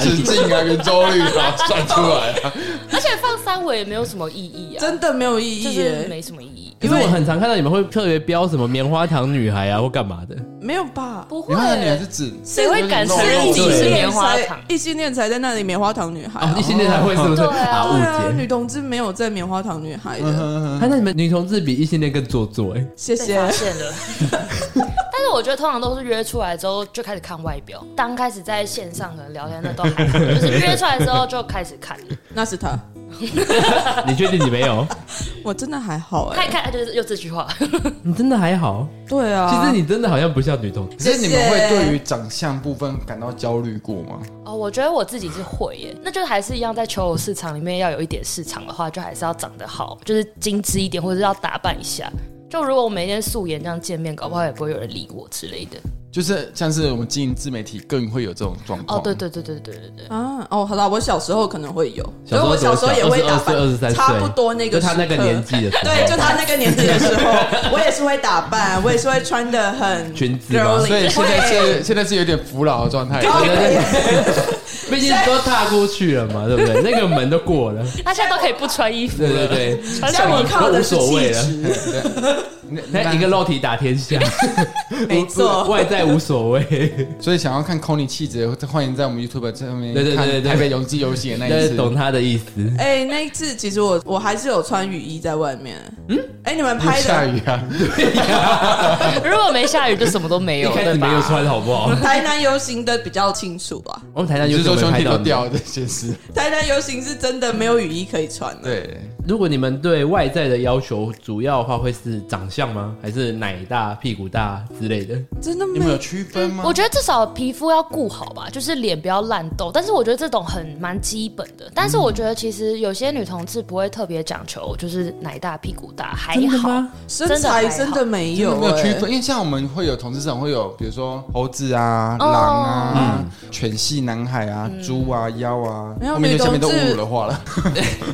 Speaker 1: 直径啊，跟周率啊，算出来 了。
Speaker 4: 而且放三维也没有什么意义啊，
Speaker 2: 真的没有意
Speaker 4: 就
Speaker 2: 义
Speaker 4: 是
Speaker 2: 耶，
Speaker 4: 没什么意义。
Speaker 3: 因为我很常看到你们会特别标什么棉花糖女孩啊或干 嘛的，
Speaker 2: 没有吧？
Speaker 4: 不会
Speaker 1: 你，看，你还是指
Speaker 4: 谁会敢承认
Speaker 2: 一
Speaker 4: 自己
Speaker 2: 性
Speaker 4: 是
Speaker 2: 恋
Speaker 4: 棉花
Speaker 2: 才
Speaker 4: 糖？
Speaker 2: 异性恋才在那里棉花糖女孩啊、
Speaker 3: 啊，异性恋才会是不是
Speaker 4: 对啊
Speaker 3: 啊？
Speaker 2: 对啊，
Speaker 3: 误
Speaker 2: 女
Speaker 3: 解。
Speaker 2: 同志没有在棉花糖女孩
Speaker 3: 嗯
Speaker 1: 嗯
Speaker 2: 的，
Speaker 3: 他啊那你们女同志比异性恋更做作哎，
Speaker 2: 谢
Speaker 4: 被
Speaker 2: 谢。
Speaker 4: 发现了。 但是我觉得通常都是约出来之后就开始看外表，刚开始在线上可能聊天那都还好，就是约出来之后就开始 看了，
Speaker 2: 那是他，
Speaker 3: 你确定你没有？
Speaker 2: 我真的还好哎、
Speaker 4: 看一看就是又这句话。
Speaker 3: 你真的还好，
Speaker 2: 对啊，
Speaker 3: 其实你真的好像不像女同志。
Speaker 1: 只是你们
Speaker 2: 谢谢
Speaker 1: 会对于长相部分感到焦虑过吗？
Speaker 4: 哦，我觉得我自己是会耶，那就还是一样，在求偶市场里面要有一点市场的话，就还是要长得好，就是精致一点，或者是要打扮一下。就如果我每天素颜这样见面，搞不好也不会有人理我之类的。
Speaker 1: 就是像是我们经营自媒体更会有这种状况。
Speaker 4: 哦，对对对对对对对，
Speaker 2: 啊，哦，好啦，我小时候可能会有，
Speaker 3: 小
Speaker 2: 所
Speaker 3: 时
Speaker 2: 以
Speaker 3: 候
Speaker 2: 我小时候也会打扮，
Speaker 3: 22 23岁
Speaker 2: 差不多那个
Speaker 3: 就他那个
Speaker 2: 时刻
Speaker 3: 年纪的时候
Speaker 2: 对，就他那个年纪的时候，我也是会打扮，我也是会穿的很
Speaker 3: 裙子吗
Speaker 2: girly，
Speaker 1: 所以现在
Speaker 2: 会
Speaker 1: 是现在是有点服老的状态。
Speaker 3: 对对对， 毕竟都踏过去了 嘛，对不对？那个门都过了，
Speaker 4: 他现在都可以不穿衣服
Speaker 3: 对
Speaker 4: 了，
Speaker 3: 对对，
Speaker 4: 穿什
Speaker 2: 像
Speaker 4: 么
Speaker 2: 我？靠的是
Speaker 3: 无所谓
Speaker 2: 气
Speaker 3: 了
Speaker 2: 质，
Speaker 1: 那
Speaker 3: 那一个肉体打天下，
Speaker 2: 没
Speaker 3: 外
Speaker 2: 错，
Speaker 3: 在概无所谓。
Speaker 1: 所以想要看 c o n y 气质，欢迎在我们 YouTube 上面
Speaker 3: 对对对
Speaker 1: 看
Speaker 3: 对对
Speaker 1: 台北永基游行的那
Speaker 3: 但
Speaker 1: 一
Speaker 3: 是
Speaker 1: 次。
Speaker 3: 懂他的意思。
Speaker 2: 哎、那一次其实我我还是有穿雨衣在外面。嗯，哎、你们
Speaker 1: 因为
Speaker 2: 拍
Speaker 1: 下
Speaker 2: 的
Speaker 1: 雨啊，
Speaker 4: 如果没下雨，就什么都没
Speaker 3: 一
Speaker 4: 有，
Speaker 3: 开始
Speaker 4: 对
Speaker 3: 没有
Speaker 4: 吧？
Speaker 3: 穿好不好？
Speaker 2: 台南游行的比较清楚吧？
Speaker 3: 我们台南
Speaker 1: 你
Speaker 3: 有
Speaker 1: 是
Speaker 3: 时候
Speaker 1: 说
Speaker 3: 没
Speaker 1: 兄弟
Speaker 3: 拍到
Speaker 1: 都
Speaker 3: 你
Speaker 1: 掉的这件事？
Speaker 2: 台南游行是真的没有雨衣可以穿的。
Speaker 1: 对，
Speaker 3: 如果你们对外在的要求主要的话，会是长相吗？还是奶大、屁股大之类的？
Speaker 2: 真的
Speaker 1: 你们有
Speaker 2: 没。
Speaker 1: 区分吗？
Speaker 4: 我觉得至少皮肤要顾好吧，就是脸不要烂痘。但是我觉得这种很蛮基本的。但是我觉得其实有些女同志不会特别讲求，就是奶大屁股大还
Speaker 3: 真的
Speaker 4: 好。
Speaker 3: 吗？
Speaker 2: 身
Speaker 4: 真的还
Speaker 2: 材
Speaker 4: 好
Speaker 2: 真的没有、
Speaker 1: 真的没有
Speaker 2: 哎
Speaker 1: 区分，因为像我们会有同志上会有，比如说猴子啊、
Speaker 4: 哦
Speaker 1: 狼啊、犬系男孩啊、猪啊、妖啊，
Speaker 2: 嗯没有
Speaker 1: 后面就下面都
Speaker 2: 女同
Speaker 1: 侮
Speaker 2: 志
Speaker 1: 辱的话了。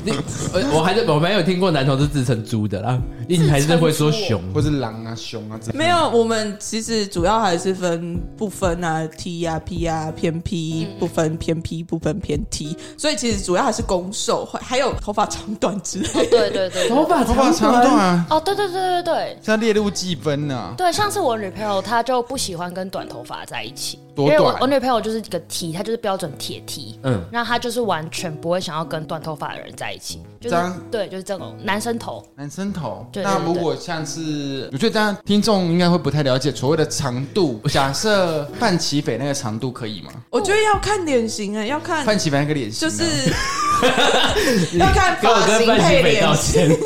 Speaker 3: 你呃我还是我没有听过男同志自称猪的啦，你还是会说熊。
Speaker 1: 或是狼啊、熊啊之类的。
Speaker 2: 没有，我们其实主要还是分不分啊，T 啊、P 啊、偏 P 不分偏 P 不分偏 T，所以其实主要还是攻受，还还有头发长短之类。
Speaker 4: 对对对
Speaker 3: 头
Speaker 4: 对
Speaker 3: 发
Speaker 1: 头发长
Speaker 3: 短
Speaker 1: 短啊，
Speaker 4: 哦，对对对对对。
Speaker 1: 是要列入计分啊呢。
Speaker 4: 对，像是我女朋友，她就不喜欢跟短头发在一起，因
Speaker 1: 多
Speaker 4: 为我
Speaker 1: 短
Speaker 4: 我女朋友就是一个 T，她就是标准铁 T，
Speaker 3: 嗯
Speaker 4: 嗯，那她就是完全不会想要跟短头发的人在一起，就
Speaker 1: 这
Speaker 4: 是
Speaker 1: 样
Speaker 4: 对，就是这种男生头，
Speaker 1: 男生头，
Speaker 4: 对对
Speaker 1: 那
Speaker 4: 对
Speaker 1: 如果像是，我觉得大家听众应该会不太了解所谓的长 度。假设范奇斐那个长度可以吗？
Speaker 2: 我觉得要看脸型啊，要看
Speaker 1: 范奇斐那个脸型
Speaker 2: 就
Speaker 1: 呢，
Speaker 2: 是 要看
Speaker 3: 跟啊我
Speaker 2: 发型
Speaker 3: 跟范
Speaker 2: 配
Speaker 3: 琪斐道
Speaker 2: 脸型。
Speaker 3: 歉。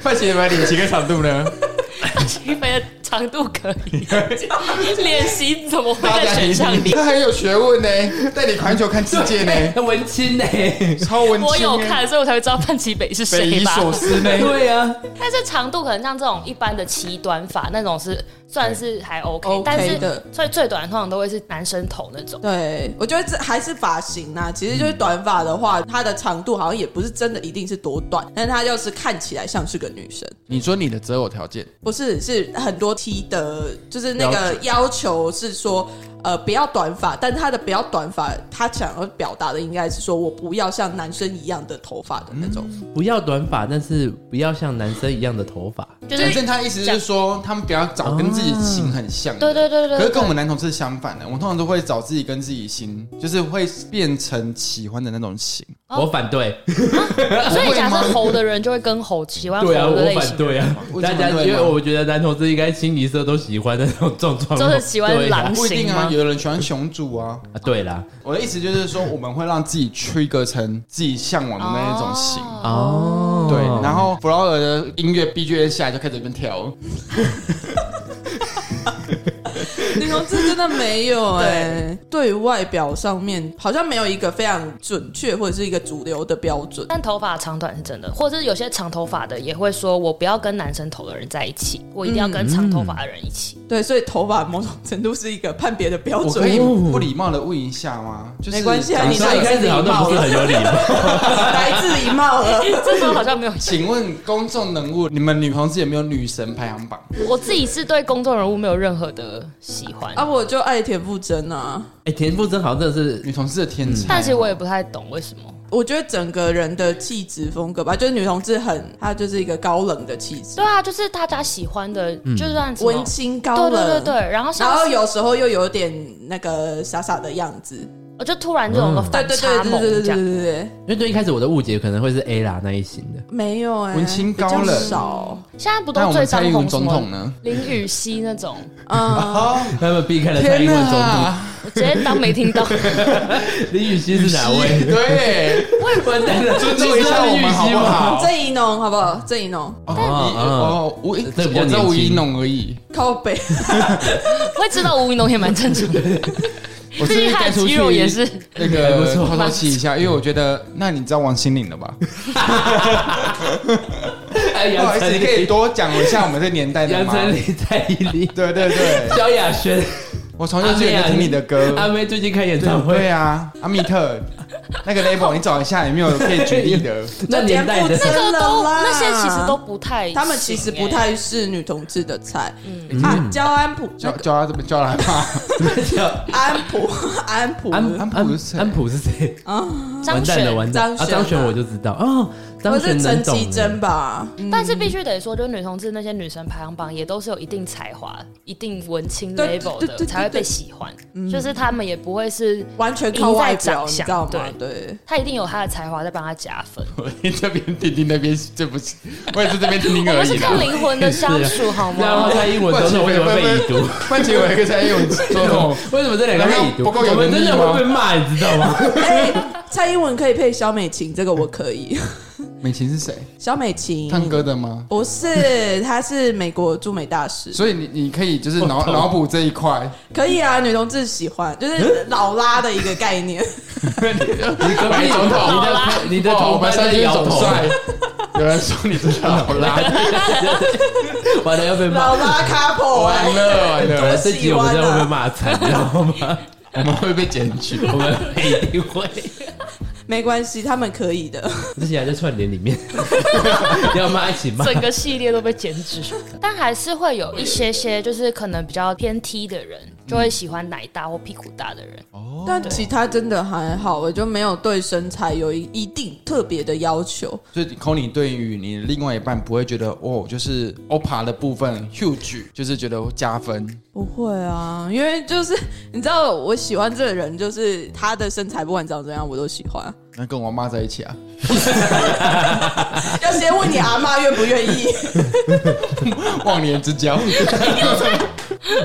Speaker 1: 范奇斐脸型跟长度 呢？
Speaker 4: 你们的长度可以，脸型怎么会在选项里？
Speaker 1: 他很有学问呢，带你环球看世界 呢，
Speaker 3: 很文青欸呢、
Speaker 1: 超文青。欸
Speaker 4: 我有，看，所以我才会知道范奇北是
Speaker 1: 匪
Speaker 4: 谁
Speaker 1: 夷
Speaker 4: 吧。
Speaker 1: 所思呢。
Speaker 3: 对啊，
Speaker 4: 但是长度可能像这种一般的齐短发那种是算是还 OK，,
Speaker 2: OK
Speaker 4: 但是
Speaker 2: 的
Speaker 4: 所以最短的通常都会是男生头那种。
Speaker 2: 对，我觉得这还是发型啊。其实就是短发的话，它的长度好像也不是真的一定是多短，但它就是看起来像是个女生。
Speaker 1: 你说你的择偶条件，
Speaker 2: 不是，是很多 T 的，就是那
Speaker 3: 了
Speaker 2: 个要求是说，呃，不要短发，但他的不要短发，他想要表达的应该是说我不要像男生一样的头发的那种。
Speaker 3: 不要短发，但是不要像男生一样的头发。
Speaker 4: 就
Speaker 1: 反
Speaker 4: 是
Speaker 1: 正他意思是说，他们不要找跟自己型很像的。
Speaker 4: 对对对对对
Speaker 1: 可是跟我们男同志相反的，我们通常都会找自己跟自己型，就是会变成喜欢的那种型。
Speaker 4: 哦
Speaker 3: 我反对，
Speaker 4: 所以
Speaker 1: 会
Speaker 4: 假
Speaker 1: 吗
Speaker 4: 设猴的人就会跟猴喜欢猴
Speaker 3: 对啊，
Speaker 4: 的
Speaker 3: 我
Speaker 4: 类型，
Speaker 3: 反对啊！
Speaker 1: 为什
Speaker 3: 大
Speaker 1: 么
Speaker 3: 家
Speaker 1: 对吗
Speaker 3: 因为我觉得男同志应该清一色都喜欢那种状状，
Speaker 4: 就是喜欢
Speaker 3: 对啊
Speaker 4: 狼
Speaker 1: 不一定
Speaker 4: 型
Speaker 1: 啊，
Speaker 4: 吗
Speaker 1: 有人喜欢雄主啊。
Speaker 3: 啊，对啦，
Speaker 1: 我的意思就是说，我们会让自己 trigger 成自己向往的那一种型。
Speaker 4: 哦
Speaker 3: 哦，
Speaker 1: 对，然后弗劳尔的音乐 BGM 下来就开始在那边跳舞，
Speaker 2: 女同志真的没有哎、对于外表上面好像没有一个非常准确或者是一个主流的标准。
Speaker 4: 但头发长短是真的，或者是有些长头发的也会说，我不要跟男生头的人在一起，我一定要跟长头发的人一起。
Speaker 2: 对，所以头发某种程度是一个判别的标
Speaker 1: 我
Speaker 2: 准
Speaker 1: 可。以不礼貌的问一下吗？就是
Speaker 2: 没关系啊
Speaker 1: 假设
Speaker 3: 你
Speaker 2: 你
Speaker 3: 说一开始好像都不是很有礼貌，
Speaker 2: 来自礼貌了。
Speaker 4: 嗯这时候好像没有，
Speaker 1: 请问公众人物，你们女同志有没有女神排行榜？
Speaker 4: 我自己是对公众人物没有任何的喜欢，
Speaker 1: 嗯
Speaker 2: 啊，我就爱田馥甄啊。
Speaker 3: 哎，田馥甄好像真的是
Speaker 1: 女同志的天才、
Speaker 4: 但其实我也不太懂为什么。
Speaker 2: 我觉得整个人的气质风格吧，就是女同志很，她就是一个高冷的气质，
Speaker 4: 对啊，就是大家喜欢的，
Speaker 1: 嗯
Speaker 4: 就算什么
Speaker 2: 文青高冷，
Speaker 4: 对对对对，然后
Speaker 2: 然
Speaker 4: 上
Speaker 2: 后
Speaker 4: 次
Speaker 2: 有时候又有点那个傻傻的样子，
Speaker 4: 我就突然就有个
Speaker 2: 嗯对
Speaker 4: 反
Speaker 2: 对
Speaker 4: 差
Speaker 2: 对对
Speaker 4: 萌
Speaker 2: 对对对
Speaker 4: 这样。
Speaker 2: 对对，
Speaker 3: 因为最一开始我的误解可能会是 A 啦那一型 的，
Speaker 2: 没有哎、
Speaker 1: 文青高冷
Speaker 2: 比较少，
Speaker 4: 现在不
Speaker 1: 那
Speaker 4: 都
Speaker 1: 我
Speaker 4: 最
Speaker 1: 们蔡
Speaker 4: 当
Speaker 1: 英文
Speaker 4: 红什
Speaker 1: 总统
Speaker 4: 么
Speaker 1: 呢？
Speaker 4: 林雨熙那种，
Speaker 2: 嗯，
Speaker 1: 哦，
Speaker 3: 他们避开了蔡
Speaker 1: 天
Speaker 3: 英文总统，
Speaker 1: 哪，
Speaker 4: 我直接当没听到。
Speaker 3: 李雨熙是哪位？
Speaker 1: 对，
Speaker 3: 完蛋了，
Speaker 1: 尊重一下我们好不好？
Speaker 2: 郑怡农好不好？郑怡农
Speaker 1: 哦，
Speaker 3: 哦
Speaker 1: 你
Speaker 3: 哦
Speaker 1: 哦，吴，我
Speaker 3: 这比较
Speaker 1: 只有吴
Speaker 3: 年轻
Speaker 1: 一农而已，
Speaker 2: 靠 北，
Speaker 4: 会知道吴云龙也蛮正常的，
Speaker 1: 我
Speaker 4: 毕
Speaker 1: 是
Speaker 4: 竟
Speaker 1: 不
Speaker 4: 他
Speaker 1: 该
Speaker 4: 的
Speaker 1: 出
Speaker 4: 肌
Speaker 1: 去
Speaker 4: 肉也是。
Speaker 1: 那
Speaker 3: 还不
Speaker 1: 个
Speaker 3: 错
Speaker 1: 偷偷气一下， 因为我觉得，那你知道王心凌了吧？不好
Speaker 3: 哎，杨
Speaker 1: 意思，
Speaker 3: 丞
Speaker 1: 你可以
Speaker 3: 琳，
Speaker 1: 多讲一下我们这年代的
Speaker 3: 哎杨
Speaker 1: 吗？
Speaker 3: 丞琳、蔡依林、
Speaker 1: 对对对，
Speaker 3: 萧亚轩，
Speaker 1: 我从幼稚园就听你的歌。
Speaker 3: 啊阿妹最近开演唱会
Speaker 1: 对，啊，阿密特那个 label，你找一下有没有可以举例的？
Speaker 3: 那年代的
Speaker 2: 就
Speaker 4: 这
Speaker 2: 田馥甄真
Speaker 4: 个都
Speaker 2: 的啦
Speaker 4: 那些其实都不太行欸，嗯
Speaker 2: 他们其实不太是女同志的菜、啊，焦安普，
Speaker 1: 叫叫他这边叫他骂。
Speaker 2: 安普， 安普，
Speaker 3: 安
Speaker 1: 安
Speaker 3: 安
Speaker 1: 普是谁
Speaker 3: 安普是谁？
Speaker 2: 啊，
Speaker 4: 张
Speaker 3: 完蛋了，
Speaker 4: 悬
Speaker 3: 完
Speaker 2: 张
Speaker 3: 蛋啊！
Speaker 2: 悬
Speaker 3: 张悬
Speaker 2: 啊
Speaker 3: 我就知道哦，当
Speaker 2: 可是
Speaker 3: 全
Speaker 2: 陈
Speaker 3: 能懂
Speaker 2: 绮贞
Speaker 3: 欸。
Speaker 2: 吧？
Speaker 4: 但是必须得说，就是女同志那些女神排行榜也都是有一定才华、一定文青
Speaker 2: 对
Speaker 4: level
Speaker 2: 对对
Speaker 4: 的
Speaker 2: 对嗯
Speaker 4: 才会
Speaker 2: 对
Speaker 4: 被喜欢，就是他们也不会是
Speaker 2: 完全靠外表，
Speaker 4: 赢在长
Speaker 2: 你
Speaker 4: 相
Speaker 2: 知道吗？
Speaker 4: 对
Speaker 2: 对，
Speaker 4: 他一定有他的才华在帮他加分。
Speaker 1: 我这边听听那边，这不是，我也是这边听听
Speaker 4: 我
Speaker 1: 而
Speaker 4: 们是
Speaker 1: 已
Speaker 4: 靠
Speaker 1: 啦。
Speaker 4: 灵魂的相处，好
Speaker 3: 然后
Speaker 4: 吗？
Speaker 3: 蔡英文总统为什么被已读？
Speaker 1: 万琪伟跟蔡 英文总统，
Speaker 3: 为什么这两个被已读？
Speaker 1: 不够有
Speaker 3: 我们真的
Speaker 1: 能力吗
Speaker 3: 会被骂，你知道吗？
Speaker 2: 哎、蔡英文可以配萧美琴，这个我可以。
Speaker 1: 美琴是谁？
Speaker 2: 萧美琴
Speaker 1: 唱歌的吗？
Speaker 2: 不是，她是美国驻美大使，
Speaker 1: 所以你你可以就是脑脑补这一块，
Speaker 2: 可以啊，女同志喜欢，就是老拉的一个概念。
Speaker 3: 你隔壁
Speaker 1: 总统
Speaker 3: 你的你的
Speaker 1: 啊哦哇我
Speaker 3: 同
Speaker 1: 们
Speaker 3: 伴
Speaker 1: 三
Speaker 3: 在
Speaker 1: 军
Speaker 3: 摇
Speaker 1: 总
Speaker 3: 头，
Speaker 1: 帅， 有人说你是老拉，
Speaker 3: 完了要被骂
Speaker 2: 老。拉 couple
Speaker 1: 完
Speaker 2: 哎、
Speaker 1: 了完
Speaker 3: 完了
Speaker 1: 了，
Speaker 3: 这集我们真的会被骂惨，你知道 吗？
Speaker 1: 我们会被检举。
Speaker 3: 我们一定会。
Speaker 2: 没关系，他们可以的。
Speaker 3: 之前还在串联 里面， 要骂一起骂。
Speaker 4: 整个系列都被剪纸，但还是会有一些些，就是可能比较偏 T 的人，就会喜欢奶大或屁股大的人。
Speaker 2: 但其他真的还好，我就没有对身材有一一定特别的要求。
Speaker 1: 所以 c o n y 对于你的另外一半不会觉得哦，就是 OPPA 的部分 huge，就是觉得加分。
Speaker 2: 不会啊，因为就是你知道，我喜欢这个人，就是他的身材不管长怎样，我都喜 欢。
Speaker 1: 那跟我妈在一起 啊，
Speaker 2: 要先问你阿妈愿不愿意。
Speaker 1: 忘年之交。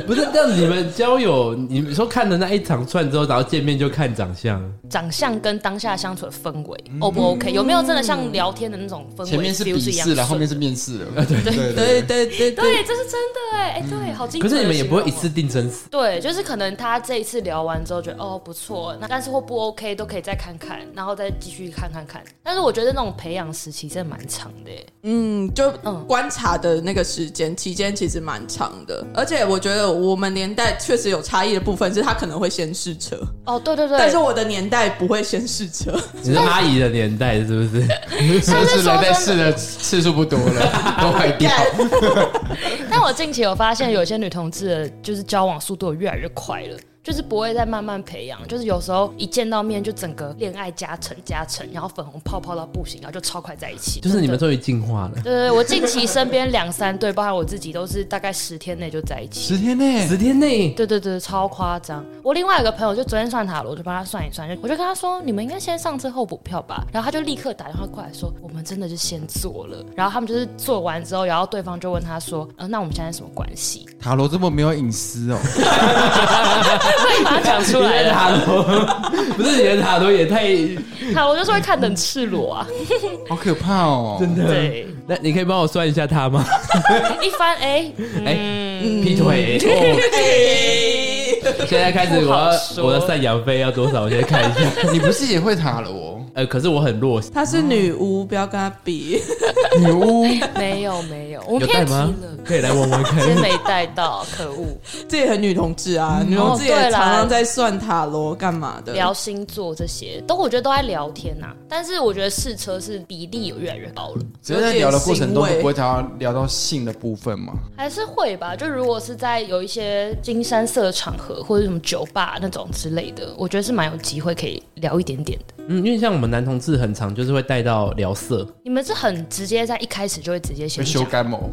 Speaker 3: 不是，但你们交友，你们说看的那一长串之后，然后见面就看长相，
Speaker 4: 长相跟当下相处的氛围 O 不 OK？有没有真的像聊天的那种氛围？
Speaker 1: 前面是
Speaker 4: feel
Speaker 1: 笔
Speaker 4: 是一样
Speaker 1: 试了，
Speaker 4: 顺
Speaker 1: 后面是面试 了。对对
Speaker 2: 对对对对，
Speaker 4: 对，这是真的哎、哎、对，好精
Speaker 3: 可
Speaker 4: 准
Speaker 3: 是
Speaker 4: 的
Speaker 3: 你们也不会一
Speaker 4: 形容哦
Speaker 3: 次定生死。
Speaker 4: 对，就是可能他这一次聊完之后觉得哦不错，那但是或不 OK 都可以再看看，然后再继续看看看。但是我觉得那种培养时期真的蛮长的欸耶，
Speaker 2: 嗯，就
Speaker 4: 嗯
Speaker 2: 观察的那个时间期间其实蛮长的，而且我觉得我们年代确实有差异的部分是他可能会先试车，
Speaker 4: 哦对对对，
Speaker 2: 但是我的年代不会先试 车。
Speaker 3: 你是阿姨的年代是不是？
Speaker 1: 说是来在
Speaker 4: 但是说
Speaker 1: 试的次数不多了， 都坏掉。
Speaker 4: 但我近期有发现，有些女同志的就是交往速度越来越快了。就是不会再慢慢培养，就是有时候一见到面就整个恋爱加成加成，然后粉红泡泡到不行，然后就超快在一起。
Speaker 3: 就是你们
Speaker 4: 真的
Speaker 3: 终于进化了，
Speaker 4: 对对对，我近期身边两三对，包含我自己，都是大概十天内就在一起。
Speaker 1: 十天内
Speaker 3: 十天内
Speaker 4: 对对对，超夸张！我另外一个朋友就昨天算塔罗，我就帮他算一算，就我就跟他说，你们应该先上车后补票吧。然后他就立刻打电话过来说，我们真的是先做了。然后他们就是做完之后，然后对方就问他说，呃，那我们现在什么关系？
Speaker 1: 塔罗这么没有隐私哦，
Speaker 4: 所以把他讲出来
Speaker 3: 你的
Speaker 4: 了。
Speaker 3: 塔罗，不是你的塔罗也太……
Speaker 4: 塔罗就是会看得很赤裸啊，
Speaker 1: 好可怕哦！ 真的，
Speaker 4: 对，
Speaker 3: 那你可以帮我算一下他吗？
Speaker 4: 一翻哎，
Speaker 3: 哎，劈 腿哦！
Speaker 2: 哎
Speaker 3: 现在开始
Speaker 4: 不
Speaker 3: 我
Speaker 4: 好
Speaker 3: 要
Speaker 4: 说
Speaker 3: 我的赡养费要多少？我先看一 下。
Speaker 1: 你不是也会塔罗？
Speaker 3: 呃，可是我很弱，
Speaker 2: 她是女巫，不要跟她比。
Speaker 1: 女巫
Speaker 4: 嗯没有没有，我
Speaker 3: 有
Speaker 4: 们
Speaker 3: 带
Speaker 4: 偏题
Speaker 3: 吗
Speaker 4: 了？。
Speaker 3: 可以来玩玩看。
Speaker 4: 真没带到，可恶！
Speaker 2: 这也很女同志啊，女同志也
Speaker 4: 哦对啦
Speaker 2: 常常在算塔罗干嘛的。
Speaker 4: 聊星座这些都，我觉得都在聊天呐、但是我觉得试车是比例有越来越高了。
Speaker 1: 只是在聊的过程中，不会聊到聊到性的部分嘛？
Speaker 4: 还是会吧，就如果是在有一些金山色场合或者什么酒吧那种之类的，我觉得是蛮有机会可以聊一点点的。
Speaker 3: 嗯，因为像我们男同志很常就是会带到聊色，
Speaker 4: 你们是很直接，在一开始就会直接
Speaker 1: 会
Speaker 4: 先
Speaker 1: 修
Speaker 4: 讲，
Speaker 1: 改某？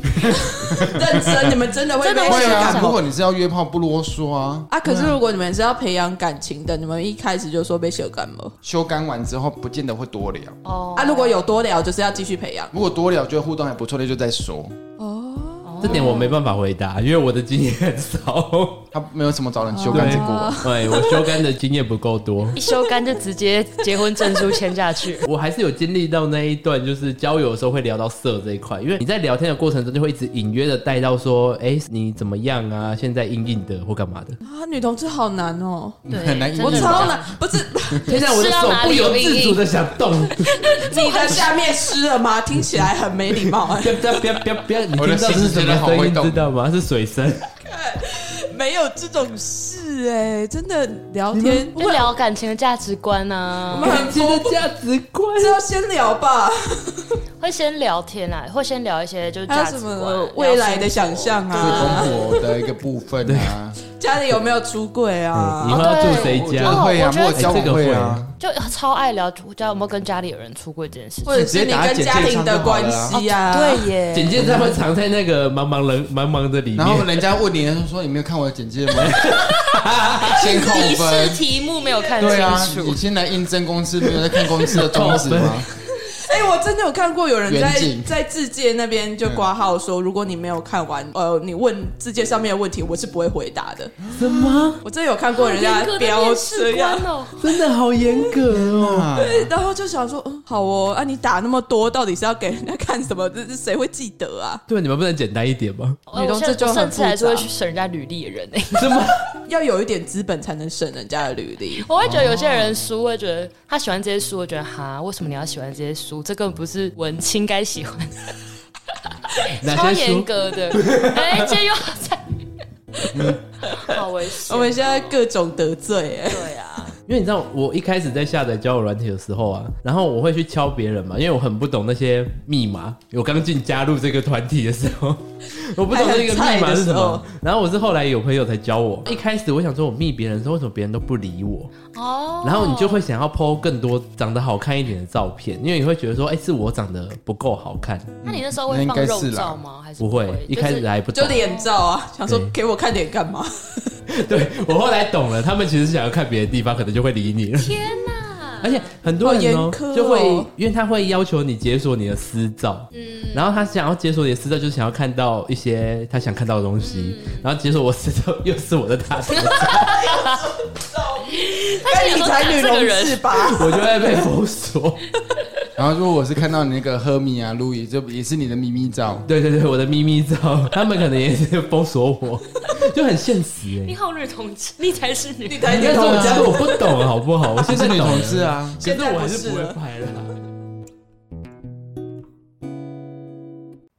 Speaker 2: 认真，你们真的会
Speaker 4: 真的
Speaker 2: 被
Speaker 4: 会
Speaker 1: 会
Speaker 4: 修
Speaker 1: 啊，
Speaker 4: 改
Speaker 1: 如果你是要约炮，不啰嗦啊。
Speaker 2: 啊！可是如果你们是要培养感情的，你们一开始就说被修干嘛？
Speaker 1: 修改完之后，不见得会多聊。
Speaker 4: 哦
Speaker 2: 啊，如果有多聊，就是要继续培养。
Speaker 1: 如果多聊，觉得互动还不错的，就再说。
Speaker 3: 这点我没办法回答，因为我的经验很少。
Speaker 1: 他没有什么找人修改这个，
Speaker 3: 哎，我修干的经验不够多，。
Speaker 4: 一修干就直接结婚证书签下去
Speaker 3: 我还是有经历到那一段，就是交友的时候会聊到色这一块，因为你在聊天的过程中就会一直隐约的带到说，哎、你怎么样啊？现在硬硬的或干嘛的？
Speaker 2: 啊，女同志好难哦，
Speaker 4: 对
Speaker 1: 很难应
Speaker 4: 我
Speaker 1: 用
Speaker 2: 我
Speaker 4: 真的
Speaker 1: 吧
Speaker 2: 超难，不 是
Speaker 3: 现在我的
Speaker 4: 是要
Speaker 3: 手
Speaker 4: 哪
Speaker 3: 不
Speaker 4: 里
Speaker 3: 由
Speaker 4: 有
Speaker 3: 自
Speaker 4: 硬
Speaker 3: 主
Speaker 4: 硬
Speaker 3: 的想动，
Speaker 2: 你的下面湿了吗？听起来很没礼貌哎、
Speaker 3: 别别别别别，你
Speaker 1: 我
Speaker 3: 听
Speaker 1: 的
Speaker 3: 到这
Speaker 1: 心
Speaker 3: 是什
Speaker 1: 觉得
Speaker 3: 么
Speaker 1: 好
Speaker 3: 声
Speaker 1: 会
Speaker 3: 音
Speaker 1: 动
Speaker 3: 知道吗？是水 声。
Speaker 2: 没有这种事哎、真的嗯哎聊天
Speaker 4: 就
Speaker 2: 会
Speaker 4: 聊感情的价值观啊，
Speaker 3: 感情的价值观，
Speaker 2: 是要先聊吧，
Speaker 4: 会先聊天啊，会先聊一些就是
Speaker 2: 还有
Speaker 4: 价值
Speaker 2: 什呃
Speaker 4: 观
Speaker 2: 么未来的想。象
Speaker 1: 这是
Speaker 2: 啊？
Speaker 1: 公婆的一个部分啊。
Speaker 2: 家里有没有出轨啊？
Speaker 3: 以后要住谁
Speaker 1: 我觉
Speaker 3: 家
Speaker 1: 得？会啊，
Speaker 4: 哦我觉得
Speaker 1: 我教
Speaker 3: 这个
Speaker 1: 我
Speaker 3: 会
Speaker 1: 啊。
Speaker 4: 就超爱聊家有没有跟家里有人出柜这件事情。哦
Speaker 2: 或者是你跟家庭的关系啊？，
Speaker 4: 对耶，
Speaker 3: 简介他们藏在那个茫茫人茫茫的里
Speaker 1: 然后
Speaker 3: 面，
Speaker 1: 人家问你说：“你没有看我的简介吗？”先扣
Speaker 4: 提示
Speaker 1: 分。
Speaker 4: 题目没有看清
Speaker 1: 对啊，
Speaker 4: 楚
Speaker 1: 你，先来应征公司，没有在看公司的宗旨
Speaker 3: 扣
Speaker 1: 吗？
Speaker 2: 哎、我真的有看过有人在
Speaker 1: 远景
Speaker 2: 在字界那边就挂号说，如果你没有看完，呃，你问字界上面的问题，我是不会回答的。
Speaker 4: 嗯
Speaker 3: 什么？
Speaker 2: 我真的有看过人家标这样。
Speaker 4: 哦，
Speaker 3: 真的好严格哦！
Speaker 1: 啊
Speaker 2: 对然后就想说，嗯，好哦，啊，你打那么多，到底是要给人家看什么？这这谁会记得啊？
Speaker 3: 对，你们不能简单一点吗？
Speaker 4: 我
Speaker 2: 女同志就很
Speaker 4: 甚至还是会
Speaker 2: 复杂
Speaker 4: 去审人家履历的人 哎、
Speaker 3: 什么？
Speaker 2: 要有一点资本才能审人家的履历。
Speaker 4: 我会觉得有些人书会觉得他喜欢这些书，我觉得哈，为什么你要喜欢这些书？这根本不是文青该喜欢，超
Speaker 3: 哪些
Speaker 4: 严
Speaker 3: 书？
Speaker 4: 格的。哎、这又要在， 好危
Speaker 2: 我
Speaker 4: 险。
Speaker 2: 们现在各种得罪、哎，
Speaker 4: 对啊，
Speaker 3: 因为你知道，我一开始在下载交友软体的时候啊，然后我会去敲别人嘛，因为我很不懂那些密码。我刚进加入这个团体的时候， 我不懂这个密码是什
Speaker 2: 还很菜的时候
Speaker 3: 么。然后我是后来有朋友才教我。一开始我想说，我密别人的时候，为什么别人都不理我？
Speaker 4: 哦
Speaker 3: 然后你就会想要 PO 更多长得好看一点的照片，因为你会觉得说，哎、是我长得不够好看。
Speaker 4: 那你那时候会
Speaker 1: 嗯那应
Speaker 4: 放
Speaker 1: 该
Speaker 4: 肉
Speaker 1: 是啦
Speaker 4: 照吗？还是
Speaker 3: 不会，一开始还不
Speaker 2: 就
Speaker 3: 懂。
Speaker 2: 脸照啊，想说
Speaker 3: 对
Speaker 2: 给我看脸干嘛？
Speaker 3: 对我后来懂了，他们其实想要看别的地方，可能就会理你了。
Speaker 4: 天哪！
Speaker 3: 而且很多人
Speaker 2: 好严
Speaker 3: 哦
Speaker 2: 苛哦
Speaker 3: 就会，因为他会要求你解锁你的私照，然后他想要解锁你的私照，就是想要看到一些他想看到的东西，然后解锁我私照又是我的大头照，
Speaker 4: 他
Speaker 2: 你
Speaker 4: 想说
Speaker 2: 才女
Speaker 4: 这
Speaker 2: 同
Speaker 4: 个人
Speaker 2: 志吧？
Speaker 3: 我就会被封锁。
Speaker 1: 然后如果我是看到你那个赫米啊、路易，这也是你的秘密照。
Speaker 3: 对对对，我的秘密照，他们可能也是封锁我，就很现实哎。
Speaker 4: 你好，女同志，你才是女同
Speaker 2: 你才
Speaker 3: 应
Speaker 2: 女
Speaker 3: 该说
Speaker 2: 同
Speaker 3: 我
Speaker 2: 志
Speaker 3: 加入我不懂好不好？我现
Speaker 1: 这是
Speaker 3: 在
Speaker 1: 女
Speaker 3: 懂了
Speaker 1: 同志，啊，
Speaker 3: 可是我还是不会
Speaker 2: 现在不是
Speaker 3: 啊
Speaker 2: 了
Speaker 3: 拍了。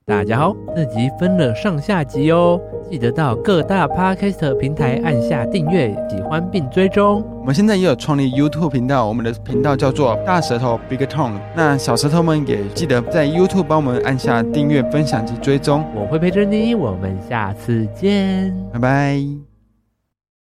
Speaker 3: 大家好，这集分了上下集哦，记得到各大 podcast 平台按下订阅、喜欢并追踪。
Speaker 1: 我们现在也有创立 YouTube 频道，我们的频道叫做大舌头 Big Tongue。那小舌头们也记得在 YouTube 帮我们按下订阅、分享及追踪，
Speaker 3: 我会陪着你，我们下次见。
Speaker 1: 拜拜。